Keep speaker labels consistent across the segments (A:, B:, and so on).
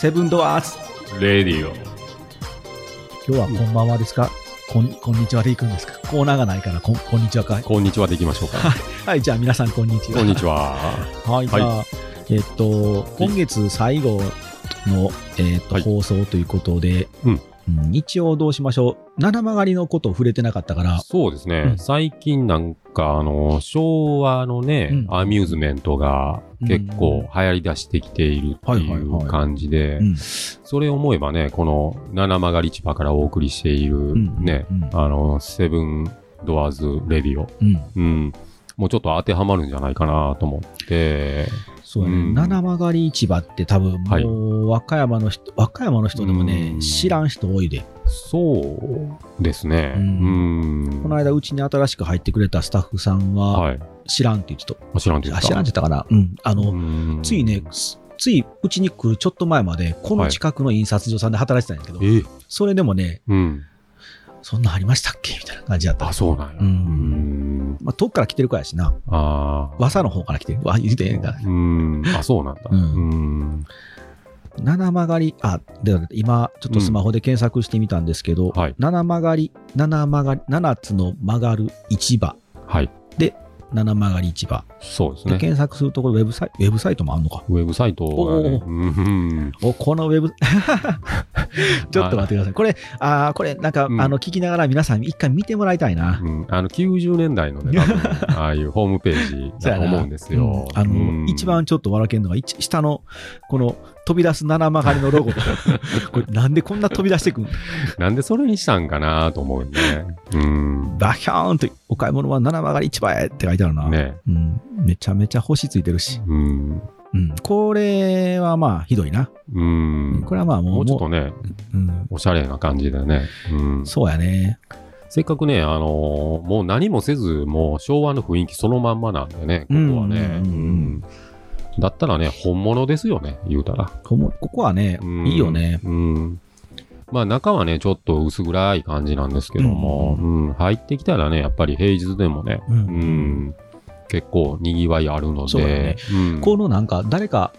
A: セブンドアーズ
B: レディオ。
C: 今日はこんばんはですか、こんこんにちはでいくんですかコーナーがないからこんこんにちはかい
B: こんにちはでいきましょうか。
C: はいじゃあ皆さんこんにちは
B: こんにちは。
C: はい、
B: はい
C: じゃあえっと今月最後の、えっと
B: はい
C: 放送ということで、
B: う
C: う
B: ん
C: ん一応どうしましょう七曲りのこと触れてなかったから
B: そうですね、
C: うん
B: 最近なんかあの昭和のね、
C: うん
B: アミューズメントが結構流行り出してきているって
C: はい
B: い
C: はいはいう
B: 感じで
C: うん
B: それを思えばねこの七曲り千葉からお送りしている
C: うん
B: ね、
C: うん
B: あのセブンドアーズレディオ、
C: うん
B: うん、もうちょっと当てはまるんじゃないかなと思って
C: そうやね、
B: うん
C: 七曲り市場って多分
B: はい
C: もう和歌山の人、和歌山の人でもね、
B: うん
C: 知らん人多いで
B: そうですね
C: う
B: うんん
C: この間うちに新しく入ってくれたスタッフさんは
B: はい
C: 知らんっていう人、
B: あ知らんですか
C: あ知らんって言ったかなうんあの、
B: うん
C: ついねすついうちに来るちょっと前までこの近くの印刷所さんで働いてたんやけど、
B: え
C: それでもね
B: うん
C: そんなんありましたっけみたいな感じだった
B: あそうなんや、
C: うん
B: うん
C: まあ、遠くから来てるからやしな
B: ああ。
C: 和佐の方から来てるわ言ってへんから
B: うん。あ、そうなんだ。
C: う
B: うんん。
C: 七曲りあで今ちょっとスマホで検索してみたんですけど、
B: はい
C: 七曲り七曲り七つの曲がる市場
B: はい。
C: 七曲り市場
B: そうです
C: で
B: ね。
C: 検索するところウェブサイウェブサイトもあんのか
B: ウェブサイトがね
C: おー
B: うん。
C: おこのウェブ ちょっと待ってくださいこれあーこれなんか、
B: うん
C: あの聞きながら皆さん一回見てもらいたいな、
B: うんあの、90年代の ね、多分ああいうホームページだと思うんですよ
C: う。んあの、
B: うん
C: 一番ちょっと笑けんのが、一下の、この飛び出す七曲りのロ ゴとか、これなんでこんな飛び出してくん
B: なんでそれにしたんかなと思うよね。うん。
C: バヒャーンと、お買い物は七曲り市場へって書いてあるな。
B: ね。
C: うん、めちゃめちゃ星ついてるし、
B: うん。
C: うん、これはまあひどいな、
B: うん。
C: これはまあもう
B: もうちょっ
C: も
B: とね、
C: う、うん、
B: おしゃれな感じでね。うん。
C: そうやね
B: せっかくね、あのーもう何もせず、もう昭和の雰囲気そのまんまなんでね、ここはね。
C: うんうんうんうん
B: うんだったらね、本物ですよね、言うたら。
C: こもここはね、
B: うん
C: いいよね
B: うん。まあ中はね、ちょっと薄暗い感じなんですけども、うん、入ってきたらね、やっぱり平日でもね、
C: うん
B: うん、結構にぎわいあるの
C: そうだ
B: で
C: ね、
B: うん
C: このなんか誰か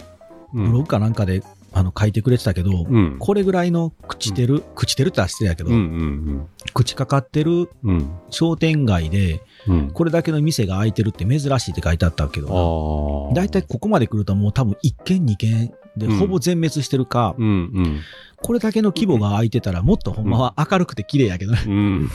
B: う
C: ブロ
B: ん
C: グかなんかで、あの書いてくれてたけど、
B: うん、
C: これぐらいの朽ちてる、朽ちてるっては失礼やけど、
B: うん、うん、
C: 朽ちかかってる
B: うん、うん、
C: 商店街で
B: うん。
C: これだけの店が開いてるって珍しいって書いてあったけ
B: あ
C: ど
B: ー
C: 大体ここまで来るともう多分1軒2軒で
B: うん
C: ほぼ全滅してるか、
B: うん、
C: これだけの規模が開いてたらもっとほんまは明るくて綺麗やけ ど、ね
B: うん、うん、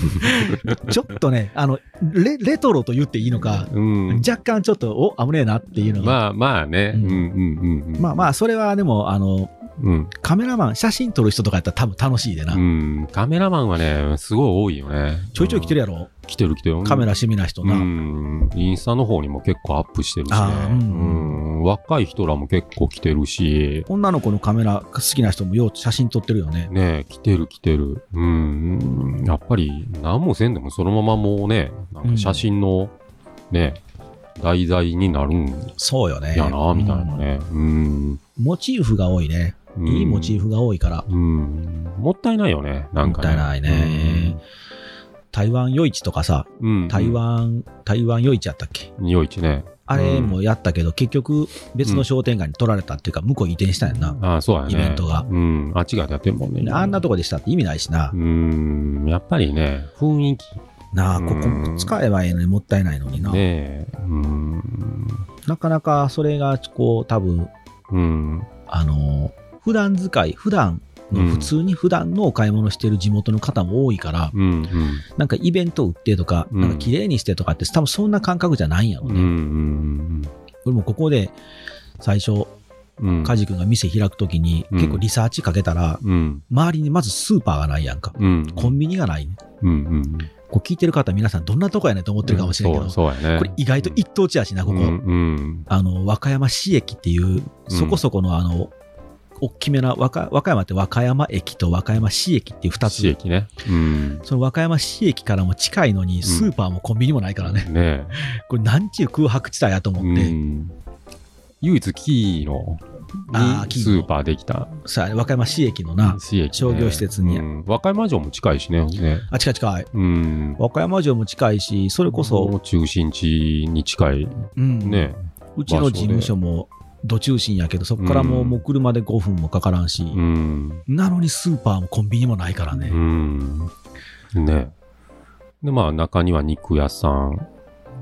C: ちょっとねあのレレトロと言っていいのか、
B: うん。
C: 若干ちょっとお危ねえなっていうのが、
B: まあまあね、
C: う
B: うんん、うん、うん。
C: まあまあそれはでもあの
B: うん、
C: カメラマン写真撮る人とかやったら多分楽しいでな、
B: うん。カメラマンはね、すごい多いよね。
C: ちょいちょい来てる
B: や
C: やろ、
B: 来てる来てる。
C: カメラ趣味な人
B: う
C: な、
B: ん、インスタの方にも結構アップしてるしね
C: あ、ーう
B: うんん若い人らも結構来てるし、
C: 女の子のカメラ好きな人もよう写真撮ってるよね
B: ね、来てる来てる、うん、やっぱり何もせんでもそのままもうね、なんか写真の、ね、題材になるん
C: そうよね
B: やな、みたいな
C: うん
B: ね、うん、
C: モチーフが多いね
B: うん
C: いいモチーフが多いから、
B: うん、もったいないよね、なん
C: も
B: か、
C: ったいないね、台湾夜市とかさ
B: うん、うん
C: 台、湾、台湾夜市やったっけ
B: 匂いちね、
C: あれもやったけど、結局別の商店街に取られたっていうか、向こう移転したんやな、
B: あそうやね、
C: イベントが
B: うん、あっちがやってるもんね、
C: あんなとこでしたって意味ないしな
B: う、ん、やっぱりね、雰囲気
C: なあこ
B: う
C: こ
B: ん
C: 使えばいいのにもったいないのにな、
B: ねえ、うん、
C: なかなかそれがこう多分
B: うん、
C: あの普段使い普段の
B: うん
C: 普通に普段のお買い物してる地元の方も多いから、
B: うん、うん、
C: なんかイベント売ってとか、
B: うん
C: なんか綺麗にしてとかって、多分そんな感覚じゃないんやろう
B: う
C: ね。
B: ん、うん、
C: 俺もここで最初、
B: うん、
C: カジ君が店開くときに、
B: うん
C: 結構リサーチかけたら、
B: うん、
C: 周りにまずスーパーがないやんか、
B: うん、
C: コンビニがない、ね、
B: うん、うん、
C: こう聞いてる方、皆さん、どんなとこやねんと思ってるかもしれんけど、
B: そう、そうやね。
C: これ、意外と一等地やしな、こ
B: う
C: こ。
B: ん、うん、
C: あの和歌山市駅っていうそこそこのあの、大きめな和歌和歌山って和歌山駅と和歌山市駅っていう2
B: 地
C: つ
B: 域ね。うん。
C: その和歌山市駅からも近いのにスーパーもコンビニもないからね、
B: ね
C: これなんちゅう空白地帯やと
B: え。
C: 思
B: う
C: って、
B: ん。唯一キーの
C: あーキ
B: に
C: ー
B: ス
C: の
B: ーパーできた
C: さあ和歌山市駅のな
B: 市駅ね
C: 商業施設に
B: うん和歌山城も近いしね。ね
C: あ近い近い
B: うん。
C: 和歌山城も近いしそれこそ、
B: 中心地に近い
C: うん
B: ね。
C: うちの事務所もど中心やけど、そこからもう,、
B: うん
C: もう車で5分もかからんし、
B: うん。
C: なのにスーパーもコンビニもないからね。
B: うん。ね。で、まあ、中には肉屋さん、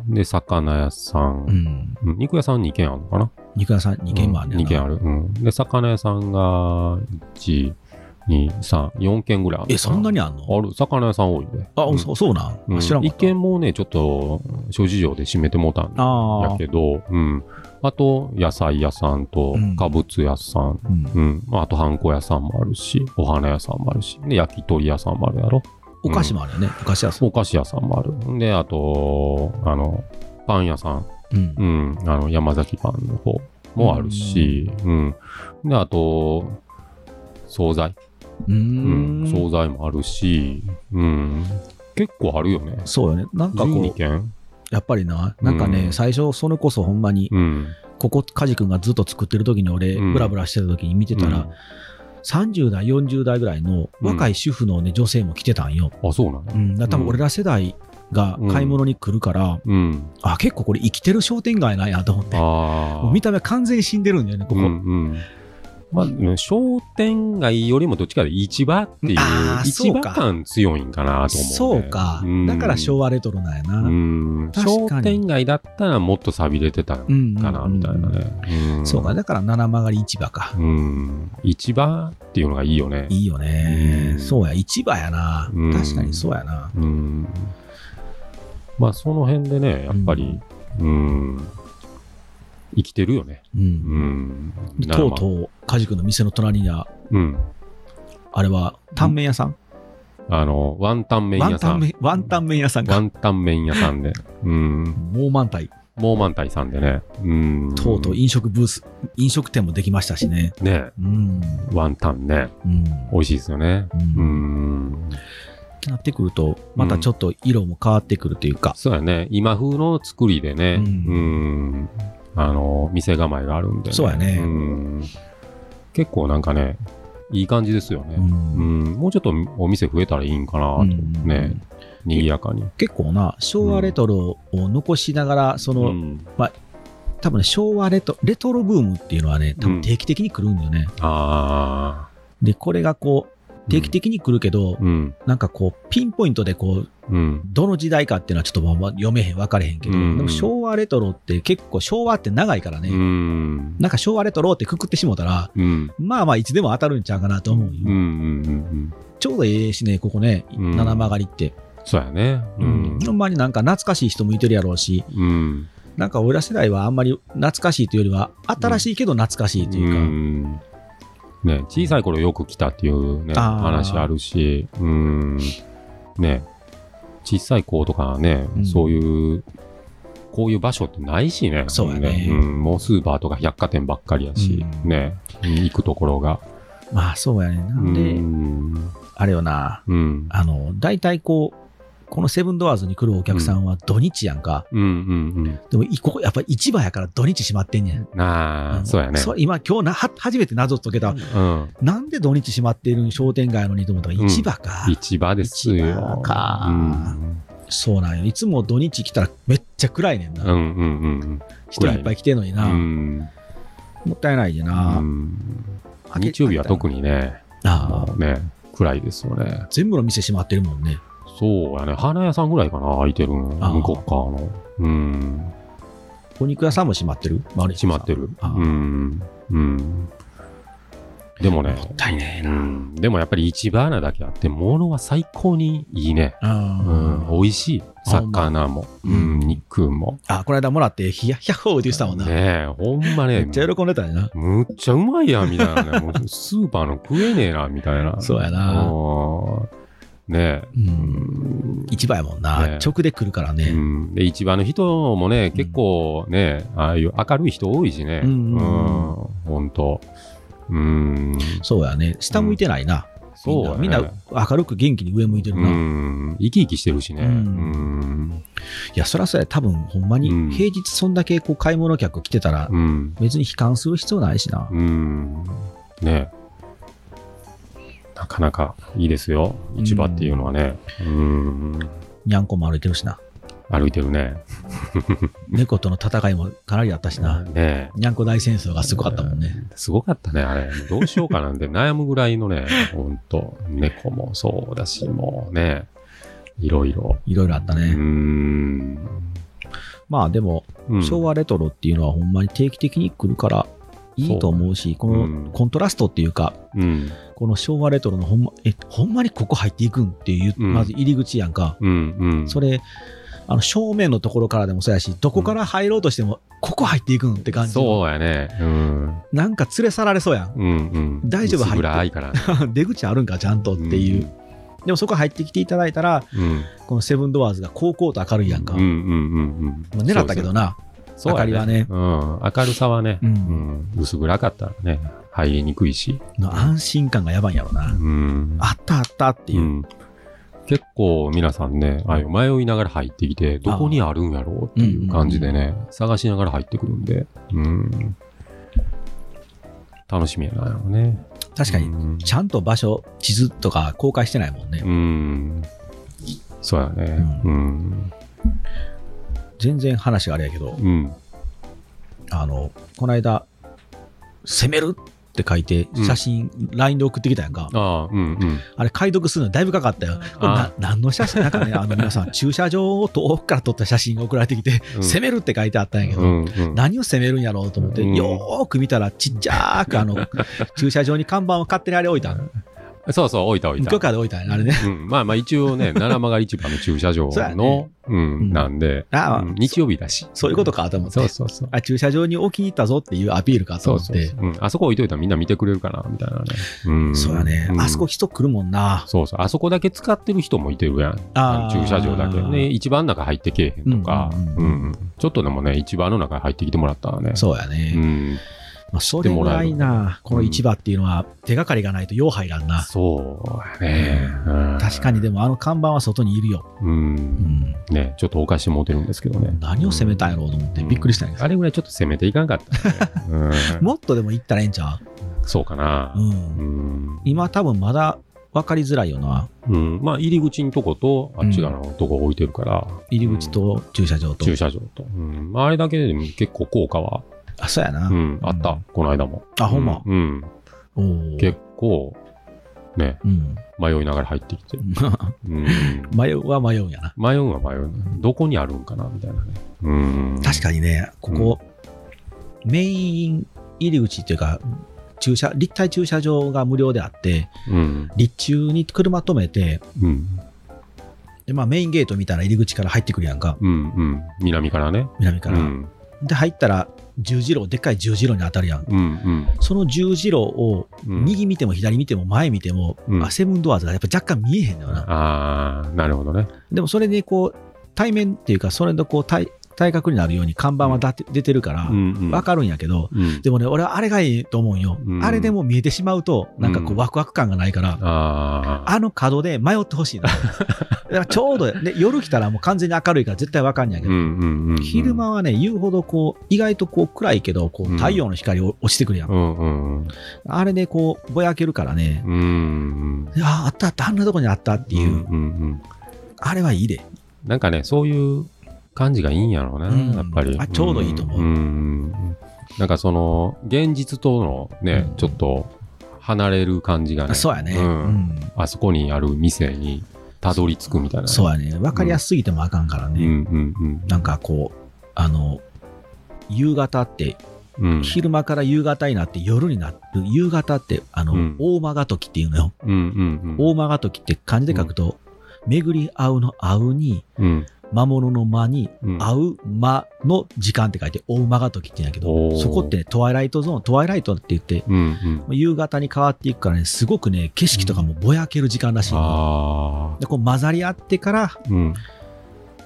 B: で、魚屋さ。
C: うんん。
B: うん、肉屋さん2軒あるのかな
C: 肉屋さん2軒もあるねんな
B: 2軒ある。うん。で、魚屋さんが、1、2、3、4軒ぐらいある。
C: え、そんなにあんの
B: ある。魚屋さん多いね。
C: あ、
B: うん
C: そうそうなん、
B: うん、
C: 知らんか
B: 一
C: った。
B: 軒もね、ちょっと諸事情で閉めてもうたん
C: ああ
B: や。けど、うん、あと野菜屋さんと
C: うん
B: 化物屋さん、
C: うん
B: うんまああとハンコ屋さんもあるし、お花屋さんもあるし、で焼き鳥屋さんもあるやろ、
C: お菓子もあるよね。お菓子屋さん。
B: お菓子屋さんもある。で、あと、あのパン屋さん、
C: うん
B: う。ん、あの山崎パンの方もあるし、うんで、あと、惣菜、
C: う
B: うん
C: ん。そう
B: 惣菜もあるし、うん、結構あるよね。
C: そうよね。なんかこ
B: 12
C: う、
B: 軒
C: やっぱりな、なんかね、
B: うん
C: 最初、それこそほんまに、
B: うん。
C: ここ、カジ君がずっと作ってる時に俺、
B: うん
C: ブラブラしてた時に見てたら、30代、40代ぐらいの若い主婦の、ね、女性も来てたんよ。
B: うんあ、そうなんや
C: う。ん、だから多分俺ら世代が買い物に来るから、
B: うん。
C: あ結構これ生きてる商店街なんやと思って、
B: ああ。
C: もう見た目完全に死んでるんだよね、ここ。
B: うんうんまあ、うん商店街よりもどっちかで市場っていう
C: あ、ー
B: 市
C: そう
B: 場
C: か
B: 感強いんかなと思う、ね。
C: そうか、だから昭
B: 和。
C: 和レトロなんやな。
B: う
C: うん
B: ん。
C: 確かに
B: 商店街だったらもっと錆びれてたん
C: う
B: か
C: んうん
B: な、みたいなね。うん
C: そうか、だから七曲り市場か。
B: うん。市場っていうのがいいよね。
C: いいよね、
B: うん
C: そうや、市場やな、
B: うん
C: 確かにそうやな。
B: うん。まあ、その辺でね、やっぱり、うん。生きてるよね。
C: うん
B: うん。
C: でとうと
B: う。
C: う、カジ君の店の隣には、
B: うん。
C: あれは、タンメン屋さん
B: あの、ワンタン麺
C: ワ
B: 屋
C: ン
B: さ
C: タ
B: ん
C: ン。メン、ワンタン麺屋さん
B: ワ
C: か。
B: ンタン麺屋さんで。うん。
C: もう満タイ。
B: もう満タイさんでね。うん。
C: とうとう飲食ブース、飲食店もできましたしね。
B: ね
C: うん。
B: ワンタンね。
C: うん。
B: 美味しいですよね。
C: う。
B: うん
C: っ
B: ん。
C: てなってくると、またちょっと色も変わってくるというか。
B: そうやね。今風の作りでね。
C: う
B: うんん。あの、店構えがあるんで、
C: そうやね。
B: うん。結構なんかね、いい感じですよね。うんん。もうちょっとお店増えたらいいんかなと。
C: うん
B: ね。賑やかに。
C: 結構な、昭和レトロを残しながら、その、
B: うん
C: 多分ね、昭和レトレトロブームっていうのはね、多分定期的に来るんだよね。
B: ああ。
C: で、これがこう、定期的に来るけど、
B: うん。
C: なんかこう、ピンポイントでこう、
B: うん。
C: どの時代かっていうのはちょっとまあまあ読めへん、分かれへんけど、
B: うん
C: でも昭和レトロって結構昭和って長いからね、
B: うん。
C: なんか昭和レトロってくくってしもたら、
B: うん。
C: まあまあいつでも当たるんちゃうかなと思うよ、
B: うん。うん。うん。
C: ちょうどええしね、ここね、
B: うん
C: 七曲りって。
B: そうやね。うん。
C: ほんまになんか懐かしい人もいてるやろうし、
B: うん。
C: なんか俺ら世代はあんまり懐かしいというよりは、新しいけど懐かしいというか、
B: んね、小さい頃よく来たっていう、ね、
C: あー
B: 話あるし、うんね、小さい子とかね、
C: うん
B: そういう、こういう場所ってないしね、
C: そうやね
B: うん、もうスーパーとか百貨店ばっかりやし、
C: うん
B: ね、行くところが。
C: まあそうやね。なんで、
B: うん
C: あれよな、
B: うん
C: あの、大体こう、このセブンドアーズに来るお客さんは土日やんか。
B: うんうん
C: でも、いここやっぱ市場やから土日閉まってんねん。
B: うん。あ
C: う
B: あ、
C: ん
B: そうやね。
C: 今、今日なは初めて謎解けた、
B: うん。
C: なんで土日閉まっている商店街やのにと思ったら、
B: うん
C: 市場か、
B: 市場ですよ。
C: 市場か
B: うん。
C: そうなんよ。いつも土日来たらめっちゃ暗いねん
B: う
C: な。
B: んうんうん
C: 人いっぱい来てんのに
B: う
C: な。
B: ん。
C: もったいないでな。
B: うん。
C: 開け
B: 日曜日は特にね、
C: あ
B: も
C: あ
B: うね、暗いですよね。
C: 全部の店閉まってるもんね。
B: そうやね。花屋さんぐらいかな、開いてるの。
C: あー
B: 向こう側の。うん。
C: お肉屋さんも閉まってる
B: 閉まって。る。う
C: あー
B: ん。うん。でもね
C: も、ったいねえな。
B: うん。でもやっぱり市場なだけあって、物は最高にいいね。うん。
C: あ
B: 美味しい。
C: あほんま
B: 魚も、う
C: うん
B: ん、肉も。
C: あ、この間もらって、ひやひゃほーって言ってたもんな。
B: ねえ、ほんま
C: め
B: ね
C: っ、ちゃ喜んでたよな。
B: むっちゃうまいやん、みたいなね。もうスーパーの食えねえな、みたいな。
C: そうやな
B: うん
C: う。
B: ねえ。うんん
C: 市場やもんな。
B: ね
C: 直で来るから
B: う
C: ね。
B: ん、で市場の人もね、
C: ん
B: 結構ね、ああいう明るい人多いしね、
C: う
B: うんん
C: うんうん
B: 本当、うん、
C: そうやね。下向いてないな。
B: そうやね
C: みんなみんな明るく元気に上向いてる
B: う
C: な。い
B: ん、生き生きしてるしね、
C: う
B: うんん、
C: や、そらそら多分ほんまに
B: うん
C: 平日そんだけこう買い物客来てたら
B: うん、
C: 別に悲観する必要ないしな
B: う。ん、ね、なかなかいいですよ、市場っていうのはね、うん、
C: にゃんこも歩いてるしな。
B: 歩いてるね、
C: 猫との戦いもかなりあったしな。
B: ね
C: にゃんこ大戦争がすごかったもんね。
B: え。すごかったね、あれ。どうしようかなん て悩むぐらいのね、ほんと、猫もそうだし、もうね、いろいろ。
C: いろいろあった
B: うー
C: ね。
B: ん。
C: まあでも、
B: うん
C: 昭和レトロっていうのはほんまに定期的に来るからいいと思うし、こ
B: うん
C: のコントラストっていうか、
B: うん。
C: この昭和レトロのほんま、え、ほんまにここ入っていくんっていう、
B: うん
C: まず入り口やんか。
B: うん。うん。
C: それ、あの正面のところからでもそうやし、どこから入ろうとしても、ここ入っていくんって感じ。
B: そうやね。うん。
C: なんか連れ去られそうやん。
B: うん。うん。
C: 大丈夫
B: 薄暗いから。
C: 出口あるん か、ちゃんとっていう。でもそこ入ってきていただいたら、
B: うん。
C: このセブンドアーズが高校と明るいやんか。
B: うん。
C: ま
B: うん。うん。
C: あ狙ったけどな。
B: そう
C: 明かりはね
B: うん。明るさはね、う
C: うんん、
B: 薄暗かったらね、入りにくいし。
C: の安心感がやばいんやろ
B: う
C: な。
B: ん。
C: あったあったっていうう。
B: ん結構皆さんね、ああいう迷いながら入ってきて、どこにあるんやろうっていう感じでね、探しながら入ってくるんで、うん。楽しみやな、ね。
C: 確かに、
B: うん
C: ちゃんと場所、地図とか公開してないもんね。
B: うん。そうやね。うん。
C: 全然話があれやけど、
B: うん。
C: あの、この間、攻めるって書いて、写真、LINE で送ってきたやんか。
B: ああ、うんうん。
C: あれ、解読するのだいぶかかったよ。これ
B: あ
C: な何の写真なんかね、あの皆さん、駐車場を遠くから撮った写真が送られてきて、
B: うん
C: 攻めるって書いてあったんやけど、
B: うんうん。
C: 何を攻めるんやろうと思って、
B: うん
C: よーく見たら、ちっちゃーく、あ の、駐車場に看板を勝手にあれ置いたの。
B: そうそう、置いた置い
C: 無
B: た
C: 許。可で置いたんやあれね。
B: うん、まあまあ一 応ね、奈良間が市場の駐車場
C: そうや
B: の
C: ね、
B: うん、なんで、
C: ああ
B: うん日曜日だし。
C: そういうことかと思って。
B: そうそうそう。
C: あ、駐車場に置きに行ったぞっていうアピールかと
B: そう
C: 思っ
B: そう
C: て
B: そ。う、うん。あそこ置いといたらみんな見てくれるかな、みたいなね。うん。
C: そうやね。
B: ん
C: あそこ人来るもんな。
B: そうそう。あそこだけ使ってる人もいてるやん。
C: あー
B: の駐車場だけ。ね、一番中入ってけえへんとか、う
C: うんんうんうん
B: ちょっとでもね、一番の中入ってきてもらったらね。
C: そうや
B: う
C: ね。
B: ん。
C: まあ、それぐらいな、この市場っていうのは手がかりがないとよう入らんな。
B: そうやね。うん
C: 確かにでもあの看板は外にいるよ。
B: う。
C: うんん。
B: ね、ちょっとおかしてもうてるんですけどね。
C: 何を攻めたんやろうと思ってびっくりしたんやけ
B: あれぐらいちょっと攻めていかんかったね、
C: ど。 もっとでも行ったらええんちゃ
B: うん。そうかな
C: うう。ん。
B: うん
C: 今多分まだ分かりづらいよな。
B: うん、まあ入り口のとことあっち側のとこ置いてるから、
C: 入り口と駐車場と。
B: 駐車場と、うんまあ、あれだけでも結構効果は、
C: あ、そうやな。
B: うん、あった、
C: うん
B: この間も
C: あ、ほんま。
B: うん、うん
C: おお。
B: 結構ね
C: うん。
B: 迷いながら入ってきて、うん、
C: 迷うは迷うんやな。
B: 迷うは迷うどこにあるんかなみたいなね、うん、
C: 確かにね、ここ、メイン入り口っていうか、駐車、立体駐車場が無料であって、
B: に、うん
C: 立中に車止めて、
B: うん
C: でまあ、メインゲートみたいな入り口から入ってくるやんか、
B: うんうん、南からね
C: 南から。
B: うん
C: で、入ったら、十字路、でっかい十字路に当たるやん。
B: うん
C: その十字路を
B: うんうん
C: 右見ても左見ても前見ても、
B: うん
C: あセブンドアーズがやっぱ若干見えへんのよな。
B: ああなるほどね
C: でもそれでこう、対面っていうか、それのこう対対角になるように看板はだて出てるから
B: う、んうん
C: わかるんやけど、
B: うん
C: でもね、俺はあれがいいと思うんよ。
B: うん
C: あれでも見えてしまうと、なんかこ
B: うん
C: う、ワクワク感がないから、
B: ああ
C: あの角で迷ってほしいな。だからちょうど、ね、夜来たらもう完全に明るいから絶対わかんないけ
B: う
C: ど、
B: んうんうんうん
C: 昼間はね、言うほどこう、意外とこう、暗いけど、こ
B: うん
C: う、太陽の光を落ちてくるやん。
B: うんうんうん
C: あれでこう、ぼやけるからね、
B: うんっ
C: ああ、あったあった、あんなとこにあったっていう、
B: んうん
C: あれはいいで。
B: うん、なんかねそういう感じがいいんやろうな、
C: うん
B: やっぱり
C: あちょうどいいと思うん
B: んなんかその現実とのね、
C: うん
B: ちょっと離れる感じがね
C: そうやね。
B: う
C: うんん。
B: あそこにある店にたどり着くみたいなね、
C: そうやね。わかりやすすぎてもあかんから
B: うん
C: ね。
B: うん
C: なんかこう、あの、夕方って
B: うんうん
C: 昼間から夕方になって夜になる夕方ってあの、
B: うん
C: 大曲時っていうのよ、
B: うんうんうん
C: 大曲時って漢字で書くと、巡り合うの合うに
B: うん
C: 魔物の間に
B: うん
C: 合う間の時間って書いて大曲時って言うんやけ
B: おー
C: どそこってねトワイライトゾーントワイライトって言って
B: うんうん
C: 夕方に変わっていくからねすごくね景色とかもぼやける時間らしいの、
B: あ
C: でこう混ざり合ってから
B: ーうん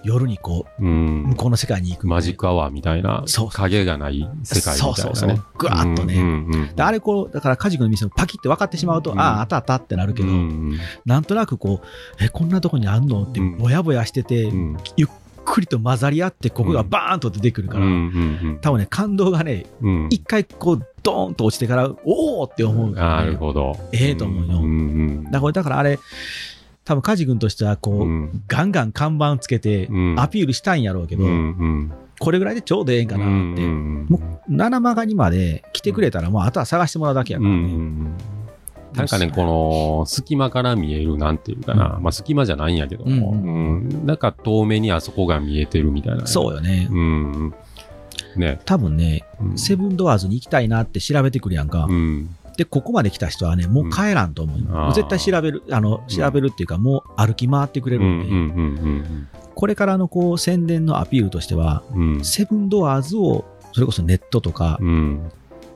C: 夜にこ
B: う
C: うん向こうの世界に行くみたいな
B: マジックアワーみたいな
C: そう
B: 影がない世界みたいな
C: そ
B: ね
C: うそうそうぐわっとね、
B: うんうんうん
C: であれこうだからカジ君の店もパキって分かってしまうと、
B: うん
C: あああったあったってなるけど、
B: うんうん
C: なんとなくこう、え、こんなとこにあんのって、
B: うん
C: ぼやぼやしてて、
B: う
C: ゆっ
B: ん
C: くりと混ざり合って、ここがバーンと出てくるから、
B: うんうん
C: 多分ね、感動がね、
B: うんうん
C: 一回こう、ドーンと落ちてから、おおって思う、
B: なるほど。
C: ええと思うよ
B: んんん
C: だからこれだからあれ、多分梶君としてはこう、
B: うん
C: ガンガン看板つけて
B: うん
C: アピールしたいんやろうけど、
B: うんうん
C: これぐらいでちょうどええんかなって、
B: うん
C: も七曲がりまで来てくれたら、もうあとは探してもらうだけや
B: うん
C: か
B: う
C: らね。
B: んなんかね、この隙間から見える、なんていうかな、
C: うん
B: まあ隙間じゃないんやけども、
C: う
B: うんなんか遠目にあそこが見えてるみたいな。
C: そうよね。
B: うん。うんね。
C: 多分ね、
B: うん
C: セブンドアーズに行きたいなって調べてくるやんか。
B: うん。
C: で、ここまで来た人はね、もう帰らんと思うよ。
B: うんあー
C: 絶対調べる、あの、調べるっていうか、もう歩き回ってく
B: う
C: れ
B: ん
C: る
B: うん
C: で、
B: ん
C: これからのこう、宣伝のアピールとしては、
B: うんうん。
C: セブンドアーズを、それこそネットとか
B: う、ん。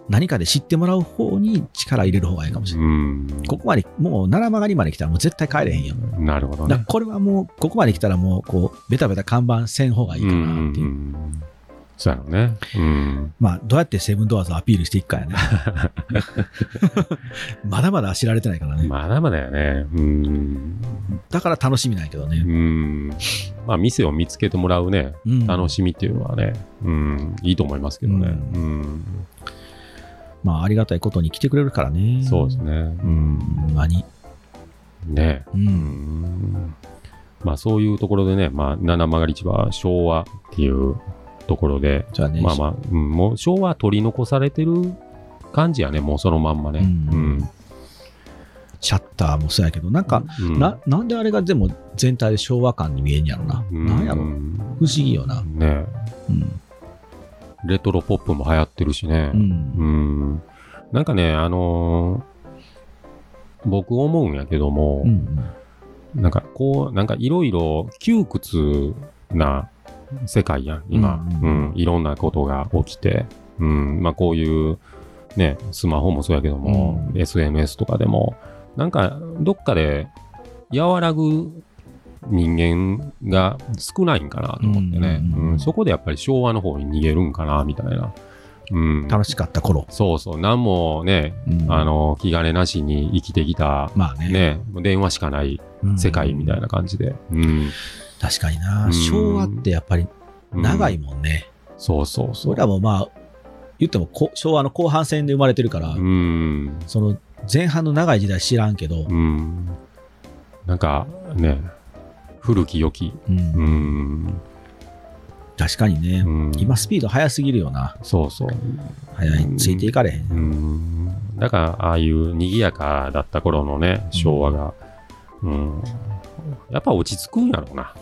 C: 何かで知ってもらう方に力入れる方がいいかもしれない。
B: うん。
C: ここまで、もう七曲がりまで来たらもう絶対帰れへんよ。
B: なるほど
C: だから
B: ね。
C: これはもう、ここまで来たらもう、こう、ベタベタ看板せん方がいいか
B: うん
C: なっていうう。
B: んうんそうやろうね。うん。
C: まあ、どうやってセブンドアーズをアピールしていく かやね。 まだまだ知られてないからね。
B: まだまだよね。うん。
C: だから楽しみないけど
B: う
C: ね。
B: ん。まあ、店を見つけてもらうね、
C: うん
B: 楽しみっていうのはね、うん、いいと思いますけどね。う。
C: うんまあ、ありがたいことに来てくれるからね。
B: そうです
C: ね。
B: ね。
C: う。ん、ほんまに。
B: ね。
C: う。
B: うんん。まあ、そういうところでね、まあ、七曲り市場、昭和っていうところで、
C: じゃあね、
B: まあまあ、うん、もう昭和取り残されてる感じやね、もうそのまんまね。
C: うん
B: うん。
C: シャッターもそうやけど、なんか、
B: うん
C: な、なんであれがでも全体で昭和感に見えんやろな。
B: うん
C: なんやろ。不思議よな。
B: ね
C: うん。
B: レトロポップも流行ってるしね。
C: うん。
B: うん。なんかね、あのー僕思うんやけども、
C: うん。
B: なんかこう、なんかいろいろ窮屈な世界やん、今。
C: う
B: うんん。いろんなことが起きて。うん。まあこういう、ね、スマホもそうやけども、
C: う
B: SNS とかでも、なんかどっかで和らぐ人間が少ないんかなと思ってね。
C: うんうんうん
B: うんそこでやっぱり昭和の方に逃げるんかな、みたいな。うん。
C: 楽しかった頃。
B: そうそう、何もね、
C: うん
B: あ、の、気兼ねなしに生きてきた、
C: まあね。
B: ね、電話しかない
C: うん
B: 世界みたいな感じで。うん。
C: 確かに
B: う
C: な。
B: ん
C: 昭和ってやっぱり長い
B: うん
C: もんね。
B: そうそうそう。
C: 俺らもまあ、言ってもこ昭和の後半戦で生まれてるから、
B: うん。
C: その前半の長い時代知らんけど、
B: うん。なんか、ね、古き良き。
C: うん
B: うん。
C: 確かにね、
B: うん
C: 今スピード速すぎるよな。
B: そうそう。
C: 速い。ついていかれへん。
B: うん。だから、ああいう賑やかだった頃のね、昭和が。うん。やっぱ落ち着くんやろ うな。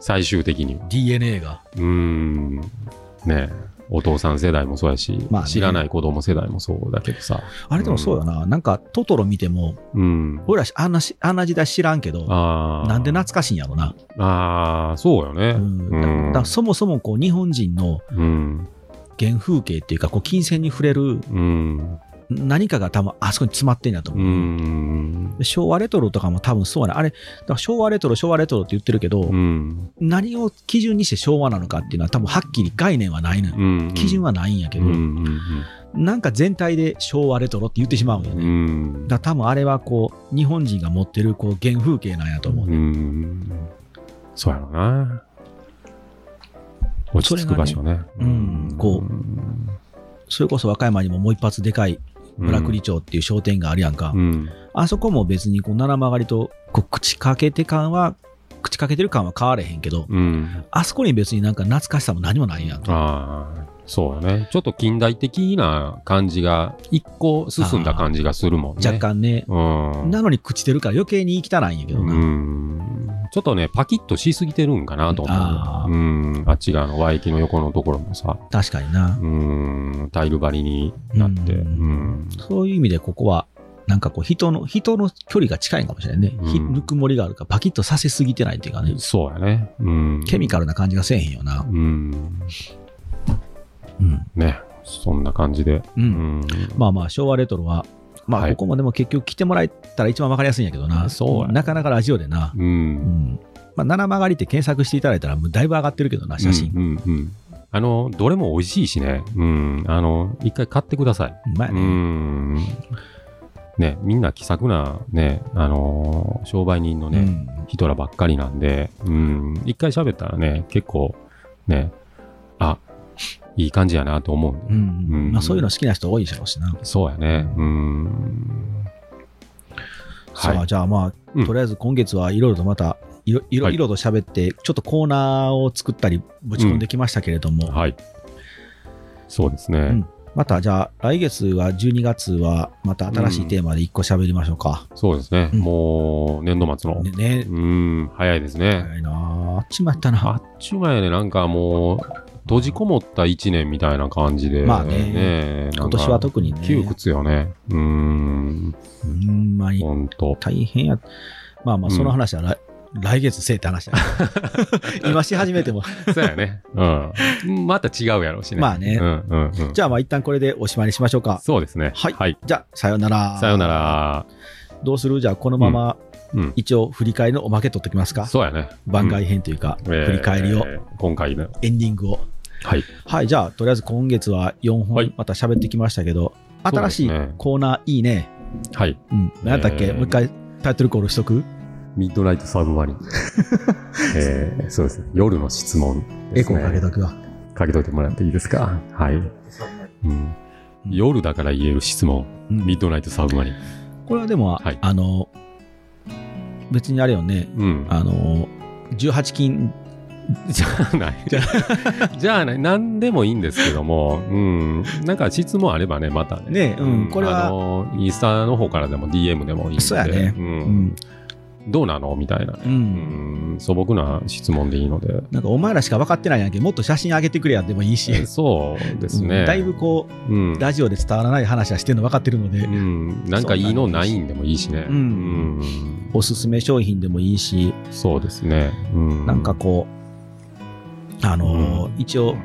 B: 最終的に。
C: DNA が。
B: うーん。ねえお父さん世代もそうやし、
C: まあね
B: 知らない子供世代もそうだけどさ。
C: あれでもそうよな。なんかトトロ見ても、
B: うん。
C: 俺らあんなしあんな時代知らんけど、
B: ああ。
C: なんで懐かしいんやろな。
B: ああ、そうよ
C: う
B: ね。
C: ん
B: うん
C: だだからそもそもこう日本人の
B: うん。
C: 原風景っていうか、こう金銭に触れる
B: うん。
C: 何かが多分あそこに詰まってんやと
B: う
C: 思う。
B: ん。
C: で昭和レトロとかも多分そうやな。あれ、だから昭和レトロ、昭和レトロって言ってるけど、
B: うん。
C: 何を基準にして昭和なのかっていうのは多分はっきり概念はないのよ。
B: うん。
C: 基準
B: は
C: はないんやけ
B: う
C: ど、
B: ん。うん
C: なんか全体で昭和レトロって言ってしまうんよ
B: うん。う
C: ね。
B: ん。
C: だから多分あれはこう、日本人が持ってるこう原風景なんやと思う
B: う
C: ね。
B: ん。そうやろな。落ち着く場所ね。
C: うんこうそれこそ和歌山にももう一発でかい
B: うん、
C: 村栗町っていう商店があるやんか。
B: うん。
C: あそこも別にこう七曲がりとこう口かけて感は、口かけてる感は変われへんけど、
B: うん。
C: あそこに別になんか懐かしさも何もないやん。
B: ああ、そうだね。ちょっと近代的な感じが、一個進んだ感じがするもんね。
C: 若。干ね。
B: うん。
C: なのに朽ちてるから余計に汚いんやけど
B: う
C: な。
B: ん。ちょっとね、パキッとしすぎてるんかなと思う。
C: あー
B: うん。あっち側の和駅の横のところもさ、
C: 確かにな。
B: うん、タイル張りになって。う
C: うん
B: ん。
C: そういう意味でここは、なんかこう人の、人の距離が近いんかもしれないね。ひ
B: うん
C: ぬくもりがあるから、パキッとさせすぎてないっていうかね、
B: そうやね。うん。
C: ケミカルな感じがせえへんよな。
B: うん。
C: うん。
B: ね。そんな感じで。
C: う。
B: うんん。
C: まあまあ、昭和レトロは、ま
B: は
C: あ、
B: い
C: ここもでも結局来てもらえたら一番わかりやすいんやけどな。
B: そうやね
C: なかなかラジオでな。
B: う。
C: うんん。まあ、七曲がりって検索していただいたら、もうだいぶ上がってるけどな、写真。
B: うんうんうん。あの、どれも美味しいしね。うん。あの、一回買ってください。
C: うまいうね。
B: ん。ね、みんな気さくな、ね、あのー商売人のね、
C: うん
B: 人らばっかりなんで、うん、一回喋ったらね、結構、ね、あ、いい感じやなと思うんで。
C: うん
B: うん
C: まあ、そういうの好きな人多いでしょうしな。
B: そうやね。うん。はい
C: さあじゃあまあ、
B: うん
C: とりあえず今月はいろいろとまたいろいろ
B: はい
C: いろと喋って、ちょっとコーナーを作ったりぶち込んできましたけれども、
B: はい。そうですね。
C: んまたじゃあ来月は12月はまた新しいテーマで1個喋りましょうか、
B: そうですね。
C: うん
B: もう、年度末の。
C: ねね
B: うん、早いですね。
C: 早いなああっちもやったな
B: あっちゅう前ね、なんかもう、閉じこもった一年みたいな感じで、
C: まあね
B: え
C: 今年は特にね
B: 窮屈よね。うーん、
C: ほんまに
B: ほんと。
C: 大変やまあまあ
B: うん
C: その話は来,、来月せえって 話だ今し始めても
B: そうやね。うん。また違うやろうしね。
C: まあね
B: うんうんうん。
C: じゃあまあ一旦これでおしまいにしましょうか
B: そうですね。
C: はいじゃあさようなら
B: さよなら。
C: どうするじゃあこのまま、
B: うん。
C: 一応振り返りのおまけ取ってきますか、
B: そうやね。
C: 番外編というか、
B: うんえー
C: 振り返りを、
B: 今回ね。
C: エンディングを
B: はい。
C: はいじゃあとりあえず今月は4
B: は
C: 本
B: い
C: また喋ってきましたけど、新しい
B: そうですね
C: コーナーいいね
B: はい。
C: うん何だったっけ、
B: えー
C: もう一回タイトルコールしとく
B: ミッドナイトサブマリ ン。えー、そうですね。夜の質問で
C: エ
B: す
C: コ
B: ね。
C: ーかけとくわ、
B: かけといてもらっていいですか。はい。うん、夜だから言える質問。
C: うん
B: ミッドナイトサブマリン。
C: これはでも、
B: はい
C: あの別にあれよね
B: うん。
C: あの18金
B: じゃあない。じゃあ じゃあない。何でもいいんですけども、うん。なんか質問あればね、またね。
C: ねうんこれは
B: あの、インスタの方からでも DM でもいいんで。
C: そうやね
B: う。
C: うんん、
B: どうなのみたいなね。
C: うん
B: うん素朴な質問でいいので。
C: なんかお前らしか分かってないやんけもっと写真上げてくれやんでもいいし、
B: そうです
C: う
B: ね。
C: んだいぶこう
B: うん、
C: ラジオで伝わらない話はしてるの分かってるので、
B: うん、なんかいいのないんでもいいしね。
C: うん
B: うん
C: おすすめ商品でもいいし、
B: そうですね。うん、
C: なんかこう、あのー一応、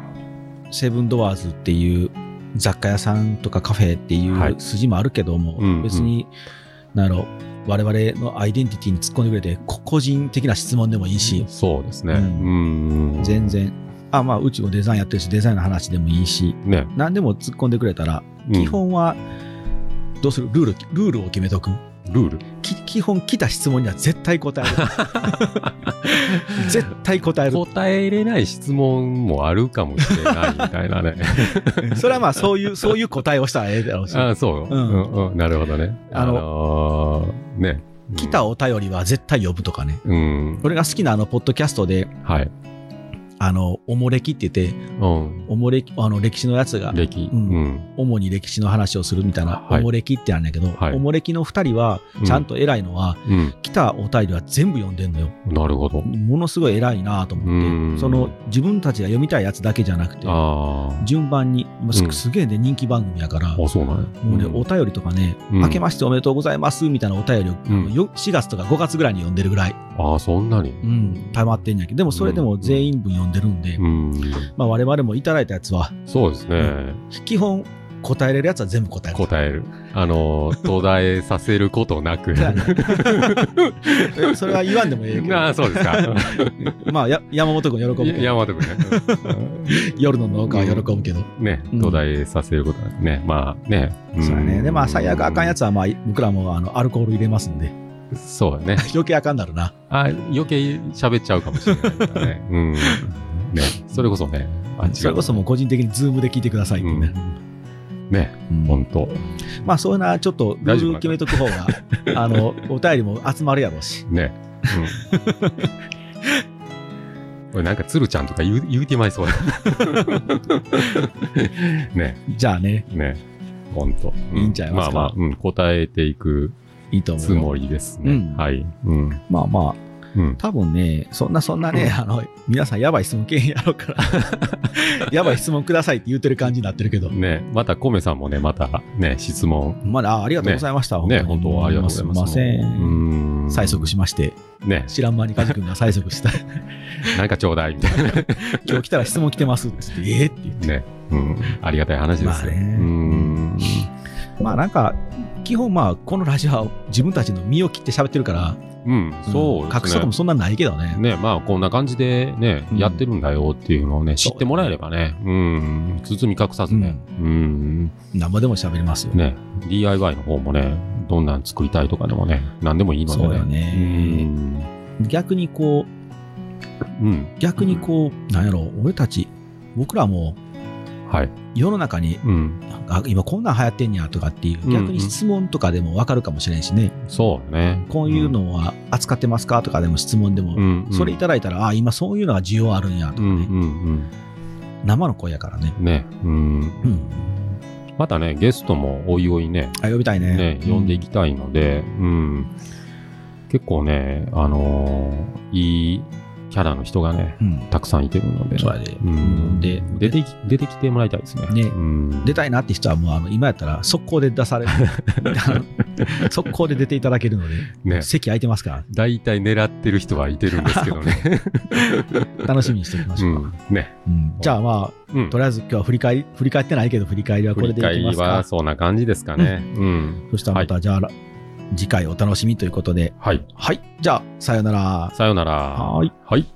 C: セブンドアーズっていう雑貨屋さんとかカフェってい
B: はいう
C: 筋もあるけども、
B: うんうん
C: 別に、なんやろ、我々のアイデンティティに突っ込んでくれて、こ個人的な質問でもいいし、
B: そうですね。う。
C: うん全然、あ、まあ、うちもデザインやってるし、デザインの話でもいいし、
B: ね。
C: 何でも突っ込んでくれたら、基本は、どうするルール、ルールを決めとく
B: うん、ルール。
C: き基本来た質問には絶対答え る絶対答える
B: 答えれない質問もあるかもしれないみたい なね。
C: それはまあそういうそういう答えをしたらええだろうし
B: あそう、う
C: うんん
B: うんなるほどね。あ
C: あの
B: のーね。
C: 来たお便りは絶対呼ぶとかね
B: うん。
C: 俺が好きなあのポッドキャストで
B: はい。
C: あのおもれきって言って
B: うん。
C: おもれきあの歴史のやつが
B: 歴。う。
C: うんん主に歴史の話をするみたいなお
B: はい
C: もれきってあるんだけど、
B: はい
C: おもれきの2人はちゃんと偉いのは、
B: うん。
C: 来たお便りは全部読んでんのよ
B: なるほど。
C: ものすごい偉いなと
B: う
C: 思っ
B: ん
C: てその自分たちが読みたいやつだけじゃなくて
B: あ
C: 順番に、まあ
B: うん
C: すすげえね、人気番組やから、
B: あ。あ、
C: も
B: そうなんや。
C: うね、
B: ん
C: お便りとかね、
B: うん
C: 明けましておめでとうございますみたいなお便りを、
B: うん
C: よ4月とか5月ぐらいに読んでるぐらい、
B: ああ、そんなに。
C: うん、溜まってんやけど、でもそれでも全員分読んでるんで、
B: うん。
C: まあ、我々もいただいたやつは、
B: そうですね。
C: 基本、答えれるやつは全部答える。
B: 答える。あのー、途絶えさせること なく。
C: え それは言わんでもええけ
B: ああ、そうですか。
C: ど、まあ、や山本君喜ぶけど、
B: 山本君ね。
C: 夜の農家は喜ぶけど、
B: ね、
C: うん
B: 途絶えさせることなんですね。まあね。ん
C: そうやね。で、まあ、最悪あかんやつは、まあ、僕らもあのアルコール入れますんで、
B: そうやね。
C: 余計あかんなるな。
B: あ余計喋っちゃうかもしれないからね。うん。ね、それこそね。あ
C: それこそもう個人的にズームで聞いてくださいって
B: う
C: ね。
B: んね、
C: うん
B: ほんと。
C: まあそういうのはちょっとル
B: 大丈
C: ー
B: 夫
C: ル決めとく方が あのお便りも集まるやろうし
B: ね。 うん。俺なんか鶴ちゃんとか言う言うてま いそうや。ね、
C: じゃあね
B: ね。ほんと。う
C: いいんちゃいますか
B: まあまあ、うん、答えていく
C: いいと思
B: つ
C: うよ
B: もりですね。
C: うん
B: はい。うん。
C: まあまあ
B: うん。
C: 多分ねそんなそんなね、あの皆さんやばい質問けえへんやろう からやばい質問くださいって言ってる感じになってるけど
B: ね、またコメさんもね、またね、質問。
C: まだあありがとうございました、
B: ね、
C: に
B: 本当ありがとうございます。
C: すいませ
B: うんーん。
C: 催促しまして
B: ね、
C: 知らん間に梶君が催促した
B: なんかちょうだいみたいな。
C: 今日来たら質問来てますって言ってええって言って
B: ね、うん。ありがたい話ですよ。
C: まあね
B: うーん。
C: まあなんか基本まあこのラジオは自分たちの身を切って喋ってるから
B: うん、そう
C: うん
B: ですね。
C: 隠すこともそんなないけどね
B: ね、まあこんな感じでね、
C: うん
B: やってるんだよっていうのをね、知ってもらえればね、うん、包み隠さずね、うん、
C: 何ぼでも喋りますよ
B: ね、DIY の方もね、どんなん作りたいとかでもね、何でもいいのでね。
C: そうよね
B: うん
C: 逆にこう
B: うん。
C: 逆にこう、なんやろ俺たち僕らも
B: はい。
C: 世の中に
B: うん。
C: なんかあ今こんなん流行ってんやとかっていう
B: うん
C: 逆に質問とかでも分かるかもしれんしね、
B: そうね。
C: こういうのは扱ってますかとかでも質問でも、
B: うん、うん。
C: それいただいたらあ今そういうのが需要あるんやとか
B: うん
C: ね、
B: うん
C: 生の声やからね、
B: うん。ね。うん。
C: うん、
B: またね、ゲストもおいおいね、
C: あ呼びたいね
B: ね、呼んでいきたいので、うん。結構ね、あのーいいキャラの人がね、
C: うん、
B: たくさんいてるので。
C: そうやで
B: うん、
C: で
B: 出てき、出てきてもらいたいですね。
C: ね
B: うん、
C: 出たいなって人はもうあの今やったら速攻で出され るあの速攻で出ていただけるので、
B: ね。
C: 席空いてますか
B: 大体狙ってる人はいてるんですけ どね。
C: ら楽しみにしておきましょ
B: う
C: う、
B: ん。ね。
C: うんじゃあまあ
B: うん
C: と。りあえず今日は振り返り振り返ってないけど振り返りはこ
B: 振
C: れ
B: り
C: でい
B: 返
C: き
B: り
C: ますか
B: はそんな感じですかね。うん。
C: そしたらまた、じゃあ、次回お楽しみということで。
B: はい。
C: はい。じゃあ、さようなら。
B: さよなら。
C: はーい。
B: はい。